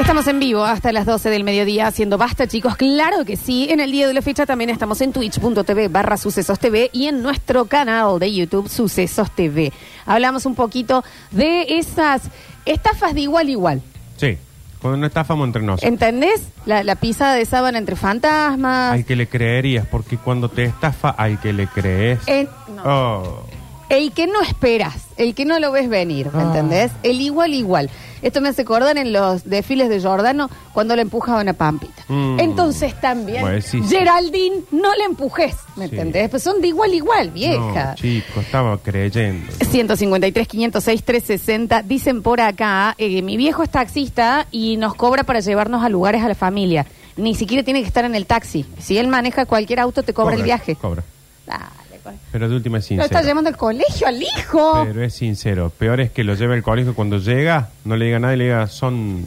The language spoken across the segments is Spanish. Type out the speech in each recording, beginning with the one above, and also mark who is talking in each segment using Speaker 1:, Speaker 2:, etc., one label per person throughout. Speaker 1: Estamos en vivo hasta las 12 del mediodía haciendo basta, chicos. Claro que sí. En el día de la fecha también estamos en twitch.tv barra sucesos TV y en nuestro canal de YouTube Sucesos TV. Hablamos un poquito de esas estafas de igual igual.
Speaker 2: Sí, cuando no estafamos entre nosotros.
Speaker 1: ¿Entendés? La, la pizza de sábana entre fantasmas.
Speaker 2: Al que le creerías, porque cuando te estafa, al que le crees.
Speaker 1: Eh, no.
Speaker 2: Oh.
Speaker 1: El que no esperas, el que no lo ves venir, ¿me
Speaker 2: Ah.
Speaker 1: entendés? El igual igual. Esto me hace acordar en los desfiles de Giordano cuando le empujaban a Pampita.
Speaker 2: Mm.
Speaker 1: Entonces también,
Speaker 2: Bueno, sí, sí.
Speaker 1: Geraldine, no le empujes, ¿me
Speaker 2: Sí.
Speaker 1: entendés? Pues son de igual igual,
Speaker 2: No,
Speaker 1: vieja.
Speaker 2: chico, estaba creyendo.
Speaker 1: 153, 506, 360. Dicen por acá, eh, mi viejo es taxista y nos cobra para llevarnos a lugares a la familia. Ni siquiera tiene que estar en el taxi. Si él maneja cualquier auto, te cobra, el viaje.
Speaker 2: Cobra.
Speaker 1: Dale, co-
Speaker 2: Pero de última es
Speaker 1: lo está
Speaker 2: sincero.
Speaker 1: llevando al colegio al hijo.
Speaker 2: Pero es sincero. Peor es que lo lleve al colegio cuando llega, no le diga nada y le diga, son,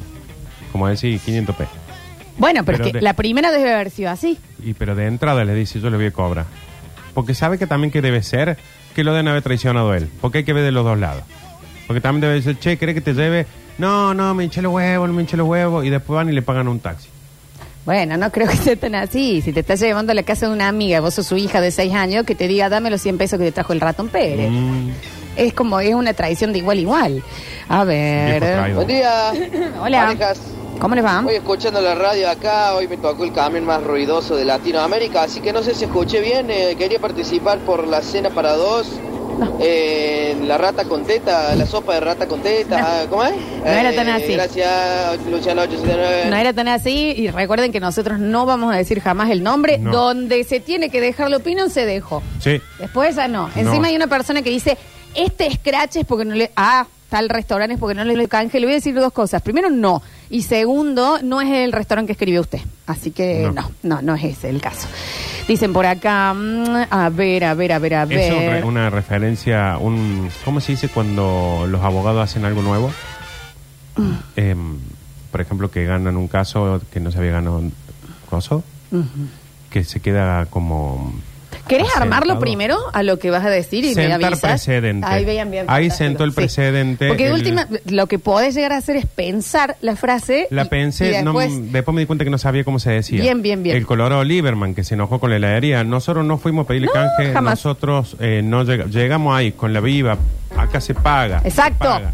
Speaker 2: como decir, 500 pesos.
Speaker 1: Bueno, pero,
Speaker 2: Pero
Speaker 1: es que
Speaker 2: de-
Speaker 1: la primera debe haber sido así.
Speaker 2: Y pero de entrada le dice, yo le voy a cobrar. Porque sabe que también que debe ser que lo den haber traicionado él. Porque hay que ver de los dos lados. Porque también debe decir, che, ¿cree que te lleve? No, no, me hinché los huevos, no me hinché los huevos. Y después van y le pagan un taxi.
Speaker 1: Bueno, no creo que sea tan así. Si te estás llevando a la casa de una amiga, vos sos su hija de 6 años, que te diga, dame los 100 pesos que te trajo el ratón Pérez.
Speaker 2: Mm,
Speaker 1: Es como, es una traición de igual igual. A ver.
Speaker 2: Viejo traidor.
Speaker 3: Buen día.
Speaker 1: Hola. ¿Ah?
Speaker 3: Parejas.
Speaker 1: ¿Cómo les va?
Speaker 3: Voy escuchando la radio acá, hoy me tocó el camión más ruidoso de Latinoamérica, así que no sé si escuché bien, eh, quería participar por la cena para dos, eh, la rata con teta, la sopa de rata con teta, ah, ¿cómo es? Eh,
Speaker 1: No era tan así.
Speaker 3: Gracias, Luciano 879.
Speaker 1: No era tan así y recuerden que nosotros no vamos a decir jamás el nombre.
Speaker 2: No.
Speaker 1: Donde se tiene que dejar la opinión se dejó.
Speaker 2: Sí.
Speaker 1: Después ya no. Encima
Speaker 2: No.
Speaker 1: hay una persona que dice, este scratch es porque no le... Ah, tal restaurante es porque no le le canje. Le voy a decir dos cosas. Primero, no. Y segundo, no es el restaurante que escribió usted. Así que no,
Speaker 2: No.
Speaker 1: no, no, es ese el caso. Dicen por acá, mm, a ver, a ver, a ver, a
Speaker 2: Eso es
Speaker 1: ver.
Speaker 2: re- una referencia, un ¿cómo se dice cuando los abogados hacen algo nuevo? Em, por ejemplo, que ganan un caso que no se había ganado un caso, que se queda como...
Speaker 1: ¿Querés
Speaker 2: asentado.
Speaker 1: armarlo primero a lo que vas a decir y me
Speaker 2: Sentar
Speaker 1: avisas?
Speaker 2: precedente.
Speaker 1: Ahí vean bien.
Speaker 2: Ahí sentó el precedente,
Speaker 1: Porque de
Speaker 2: el-
Speaker 1: última, lo que podés llegar a hacer es pensar la frase.
Speaker 2: La
Speaker 1: y-
Speaker 2: pensé,
Speaker 1: y
Speaker 2: no-
Speaker 1: después,
Speaker 2: después, me di cuenta que no sabía cómo se decía.
Speaker 1: Bien, bien, bien.
Speaker 2: El Colorado Lieberman, que se enojó con la heladería. Nosotros no fuimos a pedirle
Speaker 1: No,
Speaker 2: canje,
Speaker 1: jamás.
Speaker 2: nosotros eh, no lleg- llegamos ahí con la viva. Acá se paga. se
Speaker 1: Exacto.
Speaker 2: paga.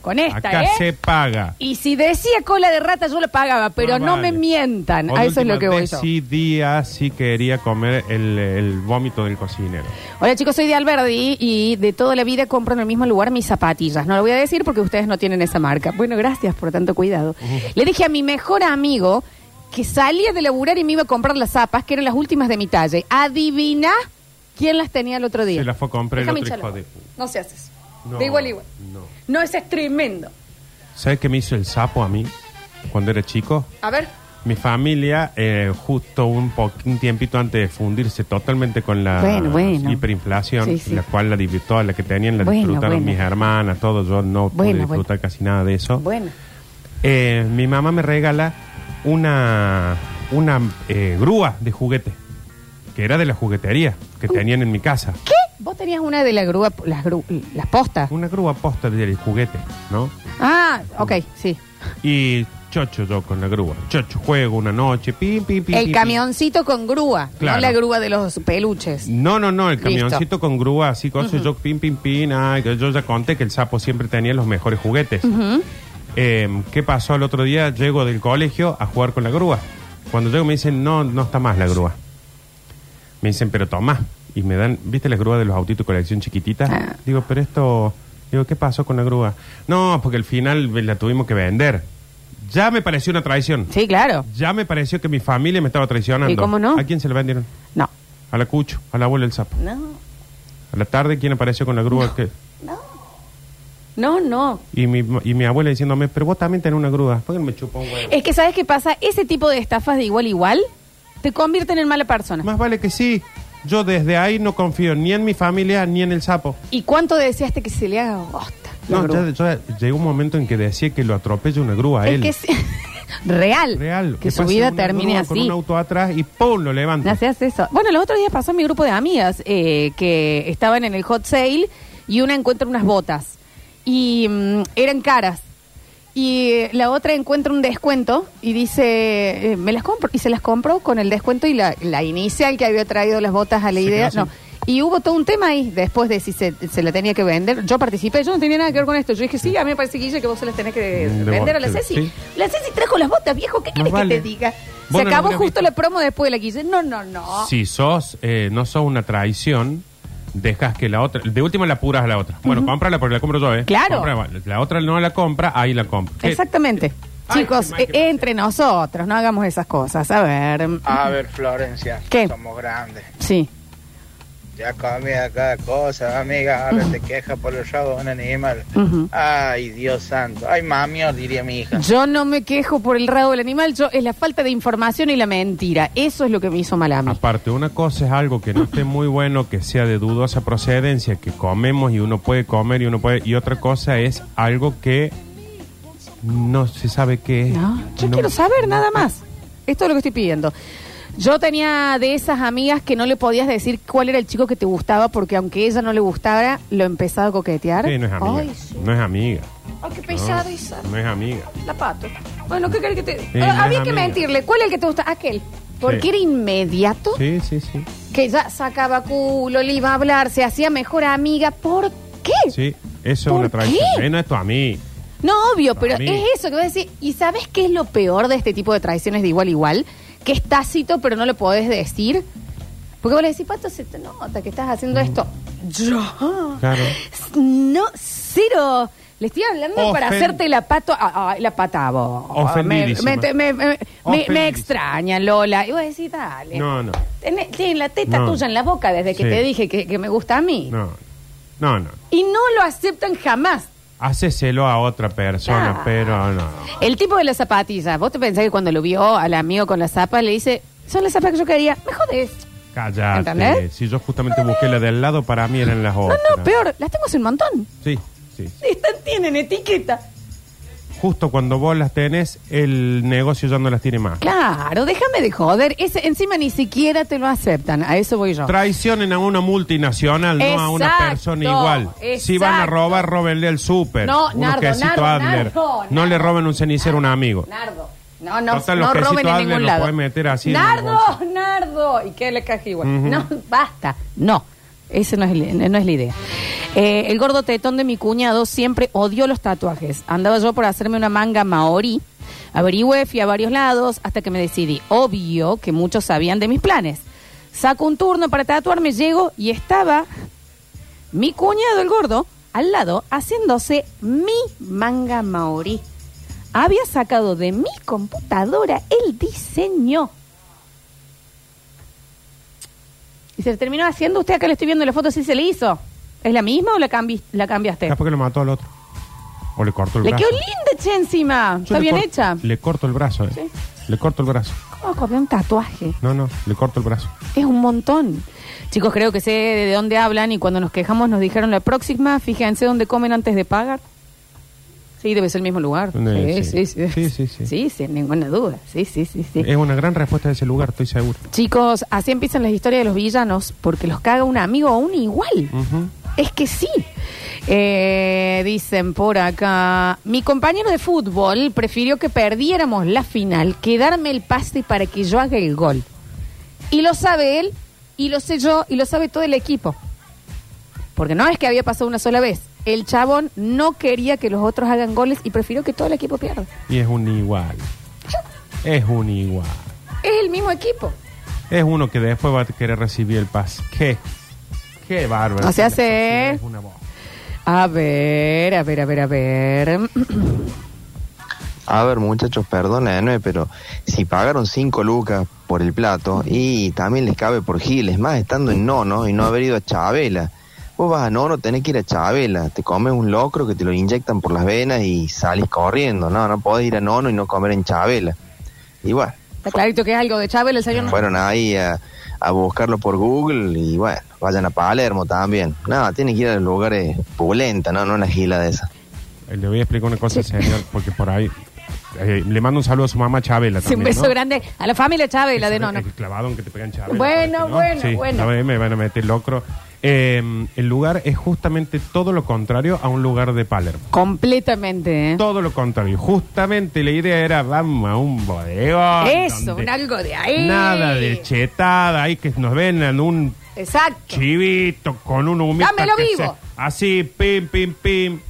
Speaker 1: Con esta,
Speaker 2: Acá
Speaker 1: ¿eh?
Speaker 2: se paga.
Speaker 1: Y si decía cola de rata, yo la pagaba, pero
Speaker 2: Ah,
Speaker 1: no
Speaker 2: vale.
Speaker 1: me mientan.
Speaker 2: O
Speaker 1: A
Speaker 2: de
Speaker 1: eso es lo
Speaker 2: última,
Speaker 1: que voy yo.
Speaker 2: Decidía si quería comer el, el vómito del cocinero.
Speaker 1: Hola chicos, soy de Alberdi y de toda la vida compro en el mismo lugar mis zapatillas. No lo voy a decir porque ustedes no tienen esa marca. Bueno, gracias por tanto cuidado. Le dije a mi mejor amigo que salía de laburar y me iba a comprar las zapas, que eran las últimas de mi talle. Adivina quién las tenía el otro día.
Speaker 2: Se las fue a comprar el
Speaker 1: Déjame
Speaker 2: otro
Speaker 1: hincharlo.
Speaker 2: hijo
Speaker 1: No se hace eso.
Speaker 2: No,
Speaker 1: de igual a igual.
Speaker 2: no.
Speaker 1: No, ese es tremendo.
Speaker 2: ¿Sabes qué me hizo el sapo a mí cuando era chico?
Speaker 1: A ver.
Speaker 2: Mi familia, eh, justo un, po- un tiempito antes de fundirse totalmente con la
Speaker 1: Bueno, bueno.
Speaker 2: hiperinflación,
Speaker 1: Sí, sí.
Speaker 2: la cual la divi- toda la que tenían la
Speaker 1: Bueno,
Speaker 2: disfrutaron
Speaker 1: bueno.
Speaker 2: mis hermanas, todo, yo no
Speaker 1: Bueno,
Speaker 2: pude disfrutar casi nada de eso.
Speaker 1: Bueno.
Speaker 2: Eh, mi mamá me regala una, una eh, grúa de juguete, que era de la juguetería
Speaker 1: Uh.
Speaker 2: que tenían en mi casa.
Speaker 1: ¿Qué? Vos tenías una de la grúa, las, grú- las postas.
Speaker 2: Una grúa posta del juguete, ¿no?
Speaker 1: Ah, ok, sí.
Speaker 2: Y chocho yo con la grúa. Chocho, juego una noche, pim, pim, pim. pim,
Speaker 1: El
Speaker 2: pim.
Speaker 1: camioncito con grúa, no
Speaker 2: Claro.
Speaker 1: la grúa de los peluches.
Speaker 2: No, no, no, el
Speaker 1: Listo.
Speaker 2: camioncito con grúa, así cosas, yo pim, pim, pim, ay, que yo ya conté que el sapo siempre tenía los mejores juguetes. Eh, ¿Qué pasó el otro día? Llego del colegio a jugar con la grúa. Cuando llego me dicen, no, no está más la grúa. Me dicen, pero toma. Y me dan, ¿viste las grúas de los autitos de colección chiquititas?
Speaker 1: Ah.
Speaker 2: Digo, pero esto, digo, ¿qué pasó con la grúa? No, porque al final la tuvimos que vender. Ya me pareció una traición.
Speaker 1: Sí, claro.
Speaker 2: Ya me pareció que mi familia me estaba traicionando.
Speaker 1: ¿Y cómo no?
Speaker 2: ¿A quién se la vendieron?
Speaker 1: No.
Speaker 2: A la Cucho, al abuelo del sapo.
Speaker 1: No,
Speaker 2: A la tarde, ¿quién apareció con la grúa? Que-
Speaker 1: no, no.
Speaker 2: y, mi, y mi abuela diciéndome, pero vos también tenés una grúa. ¿Por qué no me chupa un huevo?
Speaker 1: Es que, ¿sabes qué pasa? Ese tipo de estafas de igual igual te convierten en mala persona.
Speaker 2: Más vale que sí. Yo desde ahí no confío ni en mi familia ni en el sapo.
Speaker 1: ¿Y cuánto deseaste que se le haga bosta? la
Speaker 2: No,
Speaker 1: grúa?
Speaker 2: ya- ya llegó un momento en que decía que lo atropella una grúa a
Speaker 1: es
Speaker 2: él.
Speaker 1: que es real.
Speaker 2: Real.
Speaker 1: Que su
Speaker 2: pase
Speaker 1: vida
Speaker 2: una
Speaker 1: termine
Speaker 2: grúa
Speaker 1: así.
Speaker 2: Con un auto atrás y ¡pum! lo levanta.
Speaker 1: No se hace eso. Bueno, los otros días pasó en mi grupo de amigas eh, que estaban en el hot sale y una encuentra unas botas y mm, eran caras. Y eh, la otra encuentra un descuento y dice, eh, me las compro. Y se las compró con el descuento y la, la inicial que había traído las botas a la
Speaker 2: Se
Speaker 1: idea. No.
Speaker 2: quedó sin-
Speaker 1: Y hubo todo un tema ahí después de si se, se la tenía que vender. Yo participé, yo no tenía nada que ver con esto. Yo dije, sí, a mí me parece, Guille, que vos se las tenés que vender a la
Speaker 2: vos,
Speaker 1: Ceci.
Speaker 2: Mm, sí.
Speaker 1: La Ceci trajo las botas, viejo, ¿qué
Speaker 2: Más
Speaker 1: querés
Speaker 2: vale.
Speaker 1: que te diga? Se
Speaker 2: Vos no
Speaker 1: acabó
Speaker 2: las hubieras
Speaker 1: justo
Speaker 2: visto.
Speaker 1: la promo después de la Guille. No, no, no.
Speaker 2: Si sos, eh, no sos una traición, dejas que la otra, de última la apuras a la otra. Bueno, cómprala porque la compro yo, ¿eh?
Speaker 1: Claro.
Speaker 2: Cómprala. la otra no la compra, ahí la compro. ¿Qué?
Speaker 1: Exactamente.
Speaker 2: Ay,
Speaker 1: Chicos,
Speaker 2: qué mal que
Speaker 1: eh,
Speaker 2: me
Speaker 1: entre nosotros, no hagamos esas cosas. A ver.
Speaker 4: A ver, Florencia.
Speaker 1: ¿Qué?
Speaker 4: Somos grandes.
Speaker 1: Sí.
Speaker 4: Ya comía cada cosa, amiga.
Speaker 1: Mm.
Speaker 4: Ahora te quejas por el rabo de un animal.
Speaker 1: Ujú.
Speaker 4: Ay, Dios santo. Ay, mami, diría mi hija.
Speaker 1: Yo no me quejo por el rabo del animal, yo es la falta de información y la mentira. Eso es lo que me hizo mal a mí.
Speaker 2: Aparte, una cosa es algo que no esté muy bueno, que sea de dudosa procedencia, que comemos y uno puede comer y uno puede. Y otra cosa es algo que no se sabe qué es.
Speaker 1: No, yo
Speaker 2: No-
Speaker 1: quiero saber nada más. Esto es lo que estoy pidiendo. Yo tenía de esas amigas que no le podías decir cuál era el chico que te gustaba porque aunque ella no le gustara, lo empezaba a coquetear.
Speaker 2: Sí, no es amiga.
Speaker 1: Ay, sí.
Speaker 2: No es amiga.
Speaker 1: Ay, qué pesada
Speaker 2: No,
Speaker 1: esa.
Speaker 2: no es amiga.
Speaker 1: La pato. Bueno, ¿qué querés que te.?
Speaker 2: Sí,
Speaker 1: Ah,
Speaker 2: no es
Speaker 1: había que
Speaker 2: amiga.
Speaker 1: mentirle. ¿Cuál es el que te gusta? Aquel. Porque
Speaker 2: Sí.
Speaker 1: era inmediato.
Speaker 2: Sí, sí, sí.
Speaker 1: que ya sacaba culo, le iba a hablar, se hacía mejor amiga. ¿Por qué?
Speaker 2: Sí, eso es
Speaker 1: ¿Por
Speaker 2: una traición.
Speaker 1: qué?
Speaker 2: Eh, no es tu amiga.
Speaker 1: No, obvio, pero
Speaker 2: Amiga.
Speaker 1: es eso que voy a decir. ¿Y sabes qué es lo peor de este tipo de traiciones de igual a igual? Que es tácito, pero no lo podés decir. Porque vos le decís, Pato, se te nota que estás
Speaker 2: Mm.
Speaker 1: haciendo esto. Yo.
Speaker 2: Claro.
Speaker 1: No, cero. Le estoy hablando para
Speaker 2: Ofen-
Speaker 1: hacerte la pato, ah, ah, la pata a vos. Me,
Speaker 2: Ofendidísima.
Speaker 1: me- me- me- me-
Speaker 2: Ofendidísima.
Speaker 1: me extraña, Lola. Y vos decís, dale.
Speaker 2: No, no.
Speaker 1: Tenés- tiene la teta
Speaker 2: No.
Speaker 1: tuya en la boca desde que
Speaker 2: Sí.
Speaker 1: te dije que, que me gusta a mí.
Speaker 2: No, no. no.
Speaker 1: Y no lo aceptan jamás.
Speaker 2: Hacéselo a otra
Speaker 1: Claro.
Speaker 2: persona, pero no.
Speaker 1: El tipo de las zapatillas, vos te pensás que cuando lo vio al amigo con las zapas le dice, son las zapas que yo quería, me jodes.
Speaker 2: Cállate.
Speaker 1: ¿Entendés?
Speaker 2: Si yo justamente busqué la del lado, para mí eran las
Speaker 1: No,
Speaker 2: otras.
Speaker 1: no, peor, las tengo hace un montón.
Speaker 2: Sí, sí.
Speaker 1: Están, tienen etiqueta.
Speaker 2: Justo cuando vos las tenés, el negocio ya no las tiene más.
Speaker 1: Claro, déjame de joder. Ese, encima ni siquiera te lo aceptan. A eso voy yo.
Speaker 2: Traicionen a una multinacional, no a una
Speaker 1: Exacto,
Speaker 2: persona igual. Si van a
Speaker 1: exacto.
Speaker 2: robar, róbenle al súper.
Speaker 1: No,
Speaker 2: unos
Speaker 1: Nardo,
Speaker 2: quesitos
Speaker 1: Nardo,
Speaker 2: Adler.
Speaker 1: Nardo,
Speaker 2: no le
Speaker 1: Nardo.
Speaker 2: roben un cenicero a un amigo.
Speaker 1: Nardo. No, no,
Speaker 2: Total, los
Speaker 1: no
Speaker 2: quesitos
Speaker 1: roben en
Speaker 2: Adler
Speaker 1: ningún
Speaker 2: los
Speaker 1: lado.
Speaker 2: podés meter así en la
Speaker 1: Nardo,
Speaker 2: bolsa.
Speaker 1: Nardo. Y queda la caja igual.
Speaker 2: Ujú.
Speaker 1: No, basta. No. Esa no es, la- no es la idea. Eh, el gordo tetón de mi cuñado siempre odió los tatuajes. Andaba yo por hacerme una manga maorí. Averigüé, fui a varios lados hasta que me decidí. Obvio que muchos sabían de mis planes. Saco un turno para tatuarme, llego y estaba mi cuñado el gordo al lado haciéndose mi manga maorí. Había sacado de mi computadora el diseño. Y se le terminó haciendo. Usted acá le estoy viendo la foto, si se le hizo. ¿Es la misma o la, cambi- la cambiaste?
Speaker 2: Capaz que lo mató al otro. O le cortó el
Speaker 1: Le
Speaker 2: brazo.
Speaker 1: quedó linda, che, encima.
Speaker 2: Yo
Speaker 1: Ah, Está
Speaker 2: le
Speaker 1: bien
Speaker 2: cor-
Speaker 1: hecha.
Speaker 2: Le corto el brazo, eh.
Speaker 1: Sí.
Speaker 2: Le corto el brazo.
Speaker 1: ¿Cómo copió un tatuaje?
Speaker 2: No, no, le corto el brazo.
Speaker 1: Es un montón. Chicos, creo que sé de dónde hablan y cuando nos quejamos nos dijeron la próxima, fíjense dónde comen antes de pagar. Sí, debe ser el mismo lugar.
Speaker 2: Eh,
Speaker 1: Sí, sí,
Speaker 2: sí.
Speaker 1: sí.
Speaker 2: Sí, sí, Eh. sí.
Speaker 1: sin ninguna duda. Sí, sí, sí, sí.
Speaker 2: Es una gran respuesta de ese lugar, estoy seguro.
Speaker 1: Chicos, así empiezan las historias de los villanos porque los caga un amigo o un igual.
Speaker 2: Ujú.
Speaker 1: Es que sí. Eh, dicen por acá, mi compañero de fútbol prefirió que perdiéramos la final que darme el pase para que yo haga el gol. Y lo sabe él, y lo sé yo, y lo sabe todo el equipo. Porque no es que había pasado una sola vez. El chabón no quería que los otros hagan goles y prefirió que todo el equipo pierda.
Speaker 2: Y es un igual. Es un igual.
Speaker 1: Es el mismo equipo.
Speaker 2: Es uno que después va a querer recibir el paz. ¿Qué? Qué bárbaro.
Speaker 1: No se
Speaker 2: La
Speaker 1: hace,
Speaker 2: sociedad
Speaker 1: ¿eh?
Speaker 2: es una voz.
Speaker 1: A ver, a ver, a ver, a ver.
Speaker 5: A ver, muchachos, perdónenme, pero si pagaron 5 lucas por el plato y también les cabe por giles, más estando en Nono y no haber ido a Chabela. Vos vas a Nono, tenés que ir a Chabela, te comes un locro que te lo inyectan por las venas y salís corriendo, no, no podés ir a Nono y no comer en Chabela. Y bueno,
Speaker 1: Está clarito que es algo de Chávez, el señor no-
Speaker 5: fueron ahí a, a buscarlo por Google y bueno, vayan a Palermo también. No, tienen que ir a los lugares pulenta, no, no una gila de esa.
Speaker 2: Eh, Le voy a explicar una cosa, señor, porque por ahí. eh, le mando un saludo a su mamá Chabela
Speaker 1: Sí,
Speaker 2: también.
Speaker 1: un beso
Speaker 2: ¿no?
Speaker 1: grande a la familia Chávez, la de
Speaker 2: Esa-
Speaker 1: Nono.
Speaker 2: El clavadón que te pegan Chabela.
Speaker 1: Bueno,
Speaker 2: parece, ¿no?
Speaker 1: bueno,
Speaker 2: Sí,
Speaker 1: bueno.
Speaker 2: a ver, me van a meter locro. Eh, el lugar es justamente todo lo contrario a un lugar de Palermo.
Speaker 1: Completamente, ¿eh?
Speaker 2: Todo lo contrario. Justamente la idea era, vamos a un bodegón.
Speaker 1: Eso,
Speaker 2: donde
Speaker 1: un algo de ahí.
Speaker 2: Nada de chetada, ahí que nos vendan un
Speaker 1: Exacto.
Speaker 2: chivito con un humito.
Speaker 1: Dámelo
Speaker 2: que
Speaker 1: vivo.
Speaker 2: se- así, pim, pim, pim.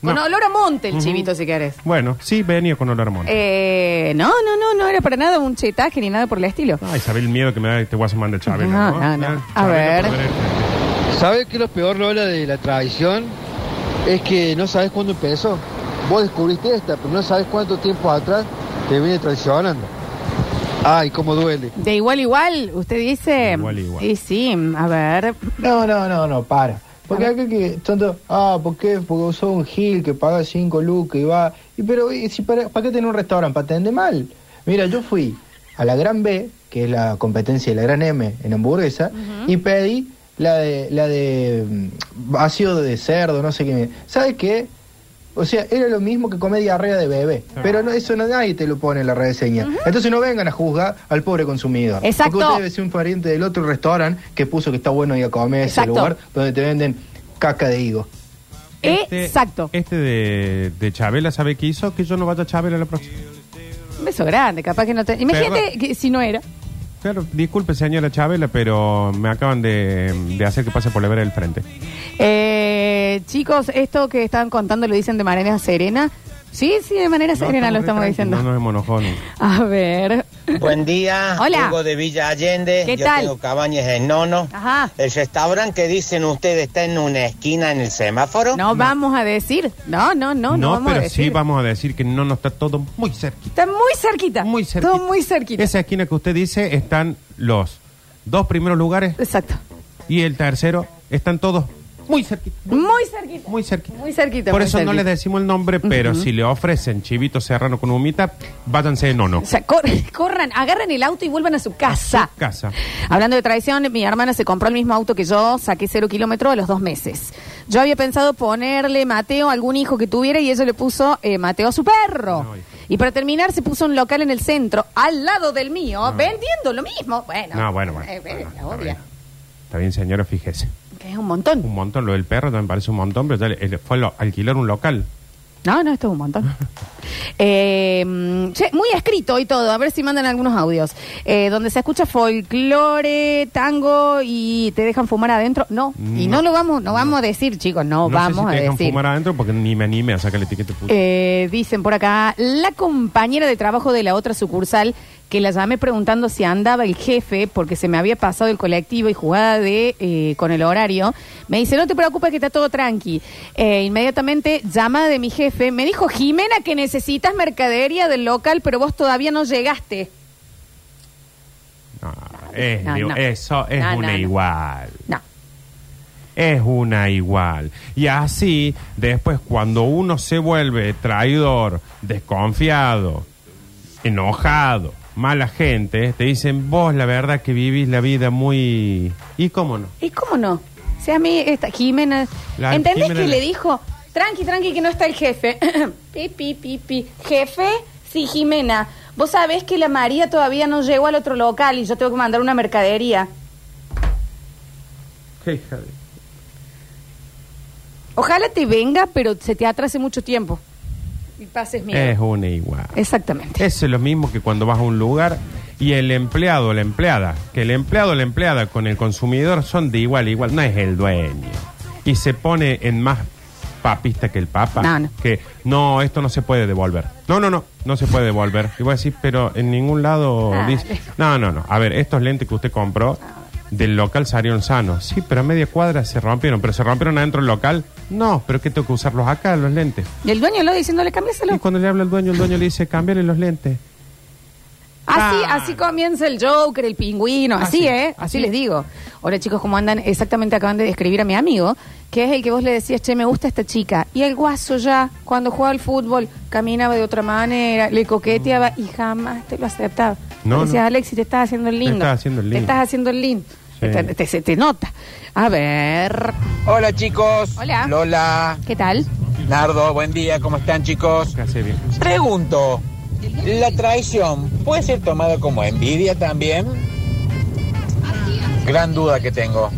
Speaker 1: Con
Speaker 2: No.
Speaker 1: olor a monte el
Speaker 2: Ujú.
Speaker 1: chivito, si querés.
Speaker 2: Bueno, sí venía con olor a monte.
Speaker 1: Eh, no, no, no, no era para nada un chetaje ni nada por el estilo.
Speaker 2: Ay, sabe el miedo que me da este Guasamán de Chávez.
Speaker 1: No, no, no.
Speaker 2: Eh,
Speaker 1: A
Speaker 2: Chabela,
Speaker 1: ver.
Speaker 2: por
Speaker 6: ¿Sabes qué es lo peor, Lola, de la tradición? Es que no sabes cuándo empezó. Vos descubriste esta, pero no sabes cuánto tiempo atrás te viene traicionando. Ay, cómo duele.
Speaker 1: De igual, igual, usted dice.
Speaker 2: Igual, igual.
Speaker 1: Y sí, a ver.
Speaker 7: No, no, no, no, para. Porque
Speaker 1: A
Speaker 7: aquel que tanto, ah, ¿por qué? Porque sos un gil que paga 5 lucas y va. Y pero, y si para, ¿para qué tener un restaurante? ¿Para atender mal? Mira, yo fui a la Gran B, que es la competencia de la Gran M en hamburguesa, y pedí la de, la de mm, vacío de cerdo, no sé qué. ¿Sabes qué? O sea, era lo mismo que comer diarrea de bebé.
Speaker 1: Ah.
Speaker 7: Pero no, eso no, nadie te lo pone en la reseña. Entonces no vengan a juzgar al pobre consumidor.
Speaker 1: Exacto.
Speaker 7: Porque usted debe ser un pariente del otro restaurante que puso que está bueno ir a comer a ese
Speaker 1: Exacto.
Speaker 7: lugar donde te venden caca de higo.
Speaker 2: Este-
Speaker 1: Exacto.
Speaker 2: Este de, de Chabela, ¿sabe qué hizo? Que yo no vaya a Chabela la próxima.
Speaker 1: Un beso grande, capaz que no te. Imagínate
Speaker 2: Pero-
Speaker 1: que si no era.
Speaker 2: Claro, disculpe, señora Chabela, pero me acaban de, de hacer que pase por la vera del frente.
Speaker 1: Eh, chicos, esto que estaban contando lo dicen de manera serena. Sí, sí, de manera
Speaker 2: No,
Speaker 1: serena lo estamos
Speaker 2: re
Speaker 1: diciendo.
Speaker 2: tranquilos, No nos hemos enojado nunca.
Speaker 1: A ver.
Speaker 8: Buen día,
Speaker 4: Ah,
Speaker 1: Hola.
Speaker 8: Hugo de Villa Allende.
Speaker 1: ¿Qué
Speaker 8: Yo
Speaker 1: tal?
Speaker 8: tengo cabañas en Nono.
Speaker 1: Ajá.
Speaker 8: El restaurante que dicen ustedes está en una esquina en el semáforo.
Speaker 1: No vamos a decir. No, no, no, no, vamos
Speaker 2: pero
Speaker 1: a decir.
Speaker 2: sí vamos a decir que no nos está todo muy cerquita.
Speaker 1: Está muy cerquita.
Speaker 2: Muy cerquita.
Speaker 1: Todo muy cerquita.
Speaker 2: Esa esquina que usted dice están los dos primeros lugares
Speaker 1: Exacto.
Speaker 2: y el tercero están todos muy cerquita.
Speaker 1: Muy cerquita.
Speaker 2: Muy cerquita.
Speaker 1: Muy cerquita,
Speaker 2: Por
Speaker 1: muy
Speaker 2: eso no
Speaker 1: cerquita.
Speaker 2: les decimos el nombre, pero si le ofrecen chivito serrano con humita, váyanse en Nono.
Speaker 1: O sea, cor- corran, agarran el auto y vuelvan a su casa.
Speaker 2: Casa.
Speaker 1: Hablando de traición, mi hermana se compró el mismo auto que yo, saqué cero kilómetros a los dos meses. Yo había pensado ponerle Mateo a algún hijo que tuviera y ella le puso eh, Mateo a su perro.
Speaker 2: No, hija.
Speaker 1: y para terminar se puso un local en el centro, al lado del mío, vendiendo lo mismo. Bueno,
Speaker 2: Ah. No, bueno, bueno.
Speaker 1: Eh, bueno,
Speaker 2: Bueno,
Speaker 1: la
Speaker 2: está,
Speaker 1: obvia,
Speaker 2: bien. Está bien, señora, fíjese.
Speaker 1: que es un montón.
Speaker 2: Un montón, lo del perro también parece un montón, pero ya le- le- fue a lo- alquilar un local.
Speaker 1: No, no, esto es un montón. Eh, mm, che, muy escrito y todo, a ver si mandan algunos audios. Eh, donde se escucha folclore, tango y te dejan fumar adentro. No, y no
Speaker 2: No.
Speaker 1: lo vamos, no vamos a decir, chicos, no,
Speaker 2: No
Speaker 1: vamos
Speaker 2: sé si te
Speaker 1: a
Speaker 2: dejan
Speaker 1: decir.
Speaker 2: fumar adentro porque ni me anime a sacar la etiqueta. puta.
Speaker 1: Eh, dicen por acá, la compañera de trabajo de la otra sucursal que la llamé preguntando si andaba el jefe porque se me había pasado el colectivo y jugada de eh, con el horario, me dice, no te preocupes que está todo tranqui. Eh, inmediatamente llamada de mi jefe, me dijo, Jimena, que necesitas mercadería del local, pero vos todavía no llegaste.
Speaker 2: No, es
Speaker 1: No,
Speaker 2: de-
Speaker 1: no.
Speaker 2: Eso es
Speaker 1: No, no,
Speaker 2: una
Speaker 1: no.
Speaker 2: igual.
Speaker 1: No.
Speaker 2: Es una igual. Y así, después, cuando uno se vuelve traidor, desconfiado, enojado, mala gente, te dicen, vos la verdad que vivís la vida muy... ¿Y cómo no?
Speaker 1: ¿Y cómo no? Si a mí, esta, Jimena,
Speaker 2: La
Speaker 1: ¿entendés
Speaker 2: Jimena
Speaker 1: que
Speaker 2: la-
Speaker 1: le dijo, tranqui, tranqui, que no está el jefe? pi, pi, pi, pi. Jefe, sí, Jimena, vos sabés que la María todavía no llegó al otro local y yo tengo que mandar una mercadería.
Speaker 2: Qué hija de-
Speaker 1: Ojalá te venga, pero se te atrase mucho tiempo. Y pases miedo.
Speaker 2: Es una igual.
Speaker 1: Exactamente.
Speaker 2: Eso es lo mismo que cuando vas a un lugar y el empleado o la empleada, que el empleado o la empleada con el consumidor son de igual a igual, no es el dueño. Y se pone en más papista que el papa,
Speaker 1: No, no.
Speaker 2: que no, esto no se puede devolver. No, no, no, no se puede devolver. Y voy a decir, pero en ningún lado
Speaker 1: Dale.
Speaker 2: dice, no, no, no, a ver, estos lentes que usted compró del local salieron sanos. Sí, pero a media cuadra se rompieron, pero se rompieron adentro del local. No, pero que tengo que usarlos acá, los lentes.
Speaker 1: Y el dueño lo diciéndole, cámbiaselo.
Speaker 2: Y cuando le habla el dueño, el dueño le dice, cambiarle los lentes.
Speaker 1: Así,
Speaker 2: Ah.
Speaker 1: así comienza el Joker, el pingüino, así,
Speaker 2: Así,
Speaker 1: ¿eh? Así, les digo. Hola chicos, ¿cómo andan? Exactamente acaban de describir a mi amigo, que es el que vos le decías, che, me gusta esta chica. Y el guaso ya, cuando jugaba al fútbol, caminaba de otra manera, le coqueteaba y jamás te lo aceptaba.
Speaker 2: No,
Speaker 1: Le decías,
Speaker 2: no.
Speaker 1: Alexis, te estás haciendo el lindo.
Speaker 2: estás haciendo el
Speaker 1: Te
Speaker 2: lindo.
Speaker 1: estás haciendo el lindo.
Speaker 2: Sí.
Speaker 1: Te, te- se te nota. A ver,
Speaker 9: Hola chicos.
Speaker 1: Hola.
Speaker 9: Lola,
Speaker 1: ¿qué tal?
Speaker 9: Nardo, buen día, ¿cómo están chicos?
Speaker 2: ¿Qué hace, viejo?
Speaker 9: Pregunto, ¿la traición puede ser tomada como envidia también? Gran duda que tengo.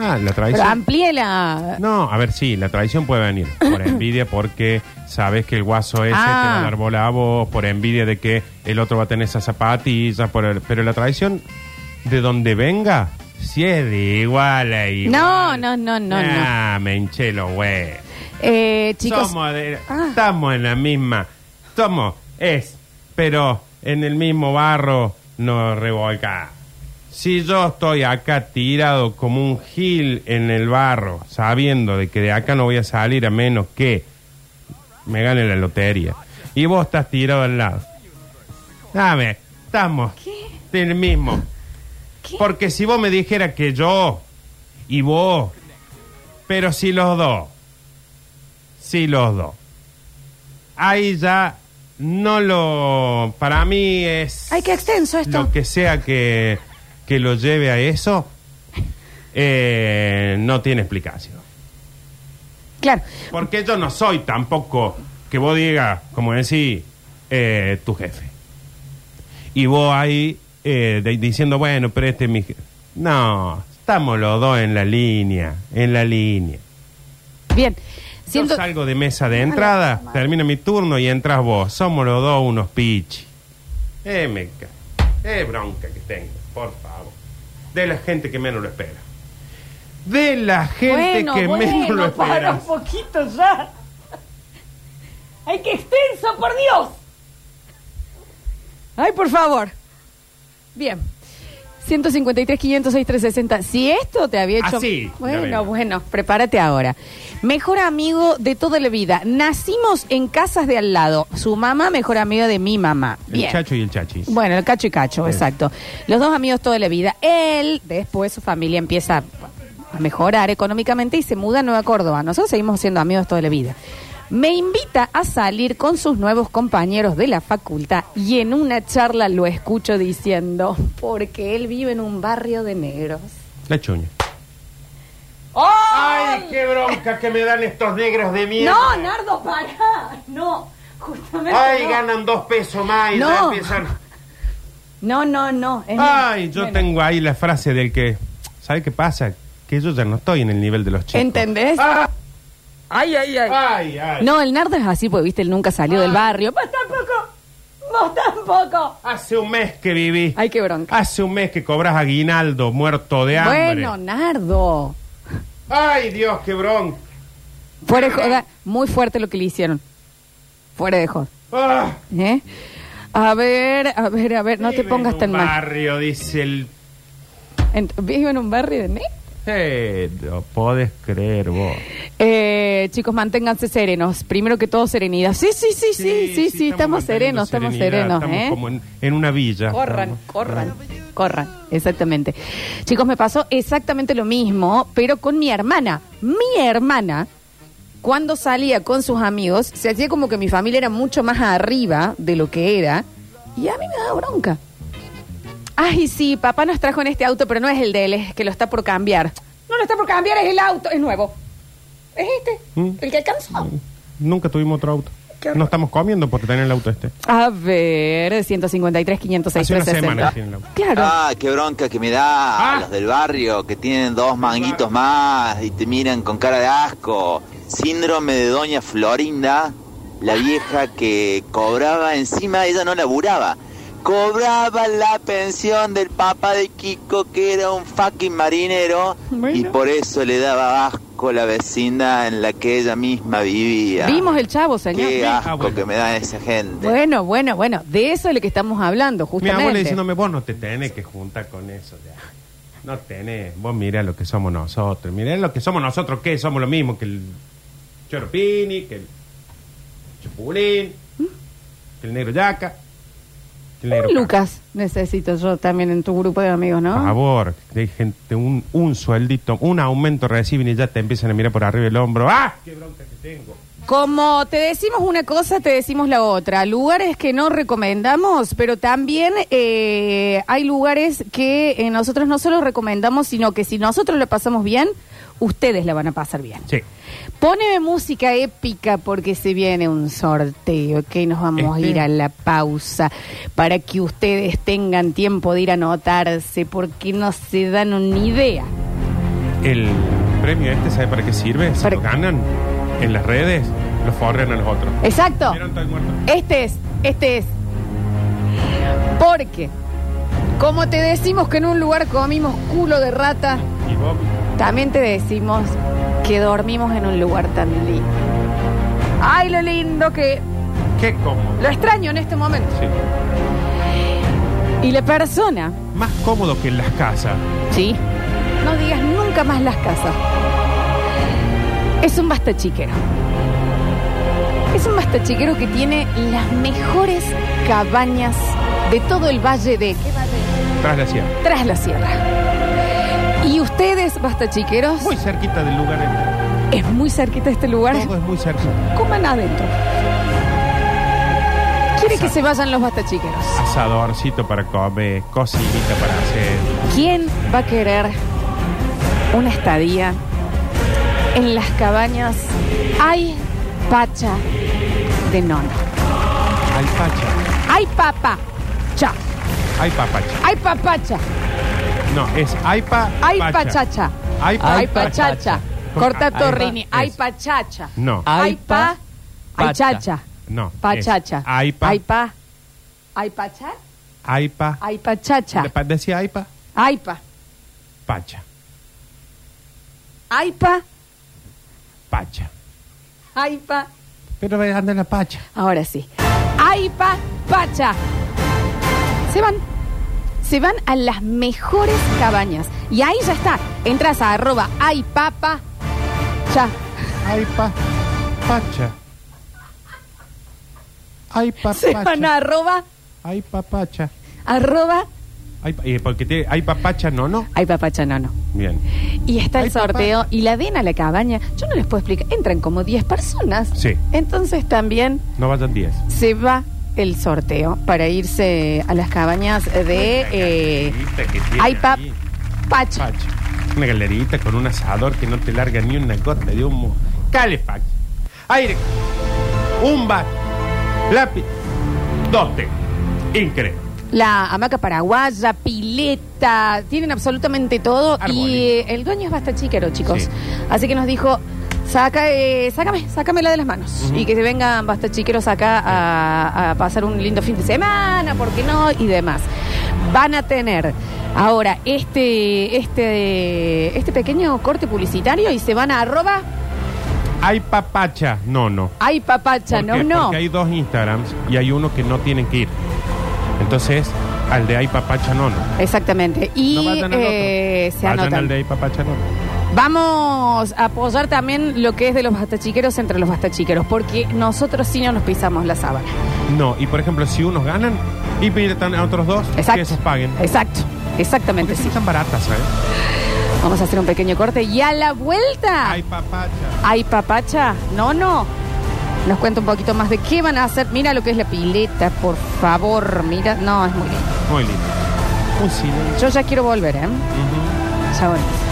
Speaker 2: Ah, la
Speaker 8: Pero
Speaker 2: traición.
Speaker 8: amplíela.
Speaker 2: No, a ver, sí, la traición puede venir por envidia porque sabes que el guaso ese
Speaker 8: Ah.
Speaker 2: te va a dar bola a vos, por envidia de que el otro va a tener esas zapatillas, por el- pero la traición de donde venga, si es de igual a igual.
Speaker 8: No, no, no, no, no.
Speaker 2: Ah, me hinché los huevos.
Speaker 8: Eh, chicos,
Speaker 2: Somos de-
Speaker 8: Ah.
Speaker 2: Estamos en la misma. Somos, es, pero en el mismo barro nos revolca. Si yo estoy acá tirado como un gil en el barro, sabiendo de que de acá no voy a salir a menos que me gane la lotería, y vos estás tirado al lado. Dame, estamos del mismo. Porque si vos me dijera que yo y vos, pero si los dos Sí, los dos. Ahí ya no lo. Para mí es.
Speaker 8: ay, qué extenso esto.
Speaker 2: Lo que sea que, que lo lleve a eso, eh, no tiene explicación.
Speaker 8: Claro.
Speaker 2: Porque yo no soy tampoco que vos digas, como decís, eh, tu jefe. Y vos ahí eh, de- diciendo, bueno, pero este es mi jefe. No, estamos los dos en la línea, en la línea.
Speaker 8: Bien.
Speaker 2: Yo
Speaker 8: Siento...
Speaker 2: salgo de mesa de entrada, termina mi turno y entras vos. Somos los dos unos pichi. Eh, me ca- eh, bronca que tengo, por favor. De la gente que menos lo espera. De la gente
Speaker 8: Bueno,
Speaker 2: que menos lo
Speaker 8: bueno, para
Speaker 2: espera.
Speaker 8: un poquito ya. Ay, qué extenso, por Dios. Ay, por favor. Bien. 153, 506, 360. Si esto te había hecho...
Speaker 2: Así, ya
Speaker 8: bueno,
Speaker 2: vengo.
Speaker 8: bueno, prepárate ahora. Mejor amigo de toda la vida. Nacimos en casas de al lado. Su mamá, mejor amiga de mi mamá.
Speaker 2: El
Speaker 8: Bien.
Speaker 2: chacho y el chachis.
Speaker 8: Bueno, el cacho y cacho, exacto. Los dos amigos toda la vida. Él, después su familia empieza a mejorar económicamente y se muda a Nueva Córdoba. Nosotros seguimos siendo amigos toda la vida. Me invita a salir con sus nuevos compañeros de la facultad y en una charla lo escucho diciendo, porque él vive en un barrio de negros.
Speaker 2: La chuña.
Speaker 8: ¡Oh!
Speaker 2: ¡Ay, qué bronca que me dan estos negros de mierda!
Speaker 8: No, Nardo, para. No, justamente.
Speaker 2: ¡Ay,
Speaker 8: no.
Speaker 2: ganan dos pesos más y
Speaker 8: No.
Speaker 2: ya empiezan...
Speaker 8: No, no, no. es-
Speaker 2: ¡Ay, yo
Speaker 8: Bueno.
Speaker 2: tengo ahí la frase del que... ¿Sabe qué pasa? Que yo ya no estoy en el nivel de los chicos.
Speaker 8: ¿Entendés?
Speaker 2: Ah,
Speaker 8: Ay, ay, ay.
Speaker 2: ¡Ay, ay! Ah.
Speaker 8: No, el nardo es así, porque viste, él nunca salió del barrio. Vos tampoco. Vos tampoco.
Speaker 2: Hace un mes que viví.
Speaker 8: Ay, qué bronca.
Speaker 2: Hace un mes que cobras aguinaldo, muerto de hambre.
Speaker 8: Bueno, nardo.
Speaker 2: Ay, Dios, qué bronca.
Speaker 8: Fuera de joda, muy fuerte lo que le hicieron. Fuera de joda.
Speaker 2: Ah,
Speaker 8: ¿eh? A ver, a ver, a ver, no te
Speaker 2: vive en
Speaker 8: pongas
Speaker 2: un
Speaker 8: tan mal.
Speaker 2: barrio, dice el...
Speaker 8: En- Vivo en un barrio de negros.
Speaker 2: Eh, lo podés creer vos.
Speaker 8: Eh, chicos, manténganse serenos. Primero que todo, serenidad. Sí, sí, sí, sí, sí, sí, estamos
Speaker 2: manteniendo
Speaker 8: serenos, estamos
Speaker 2: serenidad,
Speaker 8: serenos,
Speaker 2: estamos
Speaker 8: ¿eh?
Speaker 2: como en, en una villa.
Speaker 8: Corran,
Speaker 2: Estamos-
Speaker 8: corran, corran, exactamente. Chicos, me pasó exactamente lo mismo, pero con mi hermana. Mi hermana, cuando salía con sus amigos, se hacía como que mi familia era mucho más arriba de lo que era, y a mí me daba bronca. Ay, sí, papá nos trajo en este auto, pero no es el de él, es que lo está por cambiar. No lo está por cambiar, es el auto, es nuevo. Es este,
Speaker 2: Mm.
Speaker 8: el que alcanzó.
Speaker 2: Nunca tuvimos otro auto. No estamos comiendo por tener el auto este.
Speaker 8: A ver, 153, 506,
Speaker 2: Hace una
Speaker 8: 360.
Speaker 2: semana que tiene el auto.
Speaker 8: Claro.
Speaker 5: Ah, qué bronca que me da
Speaker 2: Ah.
Speaker 5: los del barrio, que tienen dos manguitos más y te miran con cara de asco. Síndrome de Doña Florinda, la
Speaker 2: Ah.
Speaker 5: vieja que cobraba encima, ella no laburaba. Cobraba la pensión del papá de Kiko, que era un fucking marinero, y
Speaker 8: Bueno.
Speaker 5: por eso le daba asco la vecina en la que ella misma vivía.
Speaker 8: Vimos el chavo, señor.
Speaker 5: Qué
Speaker 2: Ah,
Speaker 5: asco
Speaker 2: bueno.
Speaker 5: que me da esa gente.
Speaker 8: Bueno, bueno, bueno, de eso es lo que estamos hablando,
Speaker 2: Mi
Speaker 8: justamente.
Speaker 2: abuela diciéndome, vos no te tenés que juntar con eso. ya. No tenés, vos mirá lo que somos nosotros. Mirá lo que somos nosotros, que somos lo mismo que el Choropini, que el Chapulín, que el Negro Yaca, que el Negro
Speaker 8: Un
Speaker 2: Caca.
Speaker 8: Lucas, necesito yo también en tu grupo de amigos, ¿no?
Speaker 2: Por favor, de gente, un, un sueldito, un aumento reciben y ya te empiezan a mirar por arriba el hombro. ¡Ah! ¡Qué bronca que tengo!
Speaker 8: Como te decimos una cosa, te decimos la otra. Lugares que no recomendamos, pero también eh, hay lugares que eh, nosotros no solo recomendamos, sino que si nosotros la pasamos bien, ustedes la van a pasar bien.
Speaker 2: Sí.
Speaker 8: Poneme música épica porque se viene un sorteo que nos vamos a
Speaker 2: Este.
Speaker 8: ir a la pausa para que ustedes tengan tiempo de ir a anotarse porque no se dan una idea
Speaker 2: el premio este, ¿sabe para qué sirve? Si lo ganan en las redes, lo forran a los otros.
Speaker 8: Exacto.
Speaker 2: ¿Vieron tal muerto?
Speaker 8: Este es, este es. Porque, como te decimos que en un lugar comimos culo de rata,
Speaker 2: Y vos,
Speaker 8: también te decimos que dormimos en un lugar tan lindo. Ay, lo lindo que...
Speaker 2: qué cómodo.
Speaker 8: Lo extraño en este momento.
Speaker 2: Sí.
Speaker 8: Y la persona,
Speaker 2: Más cómodo que en las casas.
Speaker 8: sí, no digas nunca más las casas. Es un basta chiquero. Es un basta chiquero que tiene las mejores cabañas de todo el valle de... ¿Qué valle?
Speaker 2: Tras la sierra.
Speaker 8: tras la sierra. Y ustedes, basta chiqueros,
Speaker 2: Muy cerquita del lugar. ¿eh?
Speaker 8: es muy cerquita este lugar,
Speaker 2: Todo es muy cerca.
Speaker 8: coman adentro. ¿Quiere que se vayan los basta chiqueros?
Speaker 2: Asadorcito para comer, cocinita para hacer.
Speaker 8: ¿Quién va a querer una estadía en las cabañas? Hay pacha de nono.
Speaker 2: Hay pacha.
Speaker 8: Hay papa. Cha.
Speaker 2: Hay papacha.
Speaker 8: Hay papacha.
Speaker 2: No, es aipa.
Speaker 8: Hay pachacha.
Speaker 2: Hay pa-
Speaker 8: Hay pachacha. Corta Torrini. Hay
Speaker 2: Eso.
Speaker 8: pachacha.
Speaker 2: No.
Speaker 8: Hay pa. Hay
Speaker 10: pacha.
Speaker 8: chacha.
Speaker 2: No. es
Speaker 8: Pachacha.
Speaker 2: Aipa.
Speaker 8: Aipa. Aipacha.
Speaker 2: Aipa.
Speaker 8: Aipachacha.
Speaker 2: Le pa- Decía aipa.
Speaker 8: Aipa.
Speaker 2: Pacha.
Speaker 8: Aipa.
Speaker 2: Pacha.
Speaker 8: Aipa.
Speaker 2: Pero ve, anda en la pacha.
Speaker 8: Ahora sí. Aipa. Pacha. Se van. Se van a las mejores cabañas. Y ahí ya está. Entras a arroba aipapa. Cha.
Speaker 2: Aipa. Pacha. Aipa.
Speaker 8: Se van a
Speaker 2: Pacha.
Speaker 8: arroba.
Speaker 2: Aipa. Pacha.
Speaker 8: Arroba.
Speaker 2: Aipa- eh, porque tiene, hay papacha, no, no.
Speaker 8: Aipapacha, no, no.
Speaker 2: Bien.
Speaker 8: Y está el
Speaker 2: Ay, papá.
Speaker 8: sorteo y la den a la cabaña. Yo no les puedo explicar. Entran como 10 personas.
Speaker 2: Sí.
Speaker 8: Entonces también
Speaker 2: No vayan 10.
Speaker 8: se va el sorteo para irse eh, a las cabañas de eh, Aipap Pacha.
Speaker 2: Pacha. Una galerita con un asador que no te larga ni una gota de humo. Calefax. Aire. Un bar. Lápiz. Dote. Increíble.
Speaker 8: La hamaca paraguaya, pileta, tienen absolutamente todo.
Speaker 2: Arbolito.
Speaker 8: Y eh, el dueño es basta chiquero, chicos.
Speaker 2: Sí.
Speaker 8: Así que nos dijo. Saca, eh, sácame, sácamela de las manos. Y que se vengan basta chiqueros acá a, a pasar un lindo fin de semana, ¿por qué no? Y demás. Van a tener ahora este, este, este pequeño corte publicitario y se van a arroba.
Speaker 2: Hay papacha. No, no.
Speaker 8: Ay, papacha,
Speaker 2: ¿Por
Speaker 8: no,
Speaker 2: qué?
Speaker 8: no.
Speaker 2: Porque hay dos Instagrams y hay uno que no tienen que ir. Entonces, al de hay papacha, no, no.
Speaker 8: Exactamente. Y
Speaker 2: No vayan al
Speaker 8: eh,
Speaker 2: otro.
Speaker 8: se
Speaker 2: Vayan
Speaker 8: anotan.
Speaker 2: al de ahí, papacha, no.
Speaker 8: Vamos a apoyar también lo que es de los bastachiqueros entre los bastachiqueros, porque nosotros sí no nos pisamos la sábana.
Speaker 2: No, y por ejemplo, si unos ganan y pidan a otros dos,
Speaker 8: Exacto.
Speaker 2: que esos paguen.
Speaker 8: Exacto, exactamente
Speaker 2: Porque
Speaker 8: sí.
Speaker 2: son tan baratas, ¿sabes?
Speaker 8: Vamos a hacer un pequeño corte y a la vuelta.
Speaker 2: Hay papacha.
Speaker 8: Ay, papacha, no, no. Nos cuenta un poquito más de qué van a hacer. Mira lo que es la pileta, por favor. Mira, no, es muy bien.
Speaker 2: Muy lindo. Un silencio.
Speaker 8: Yo ya quiero volver, ¿eh?
Speaker 2: Ujú.
Speaker 8: Ya volvemos.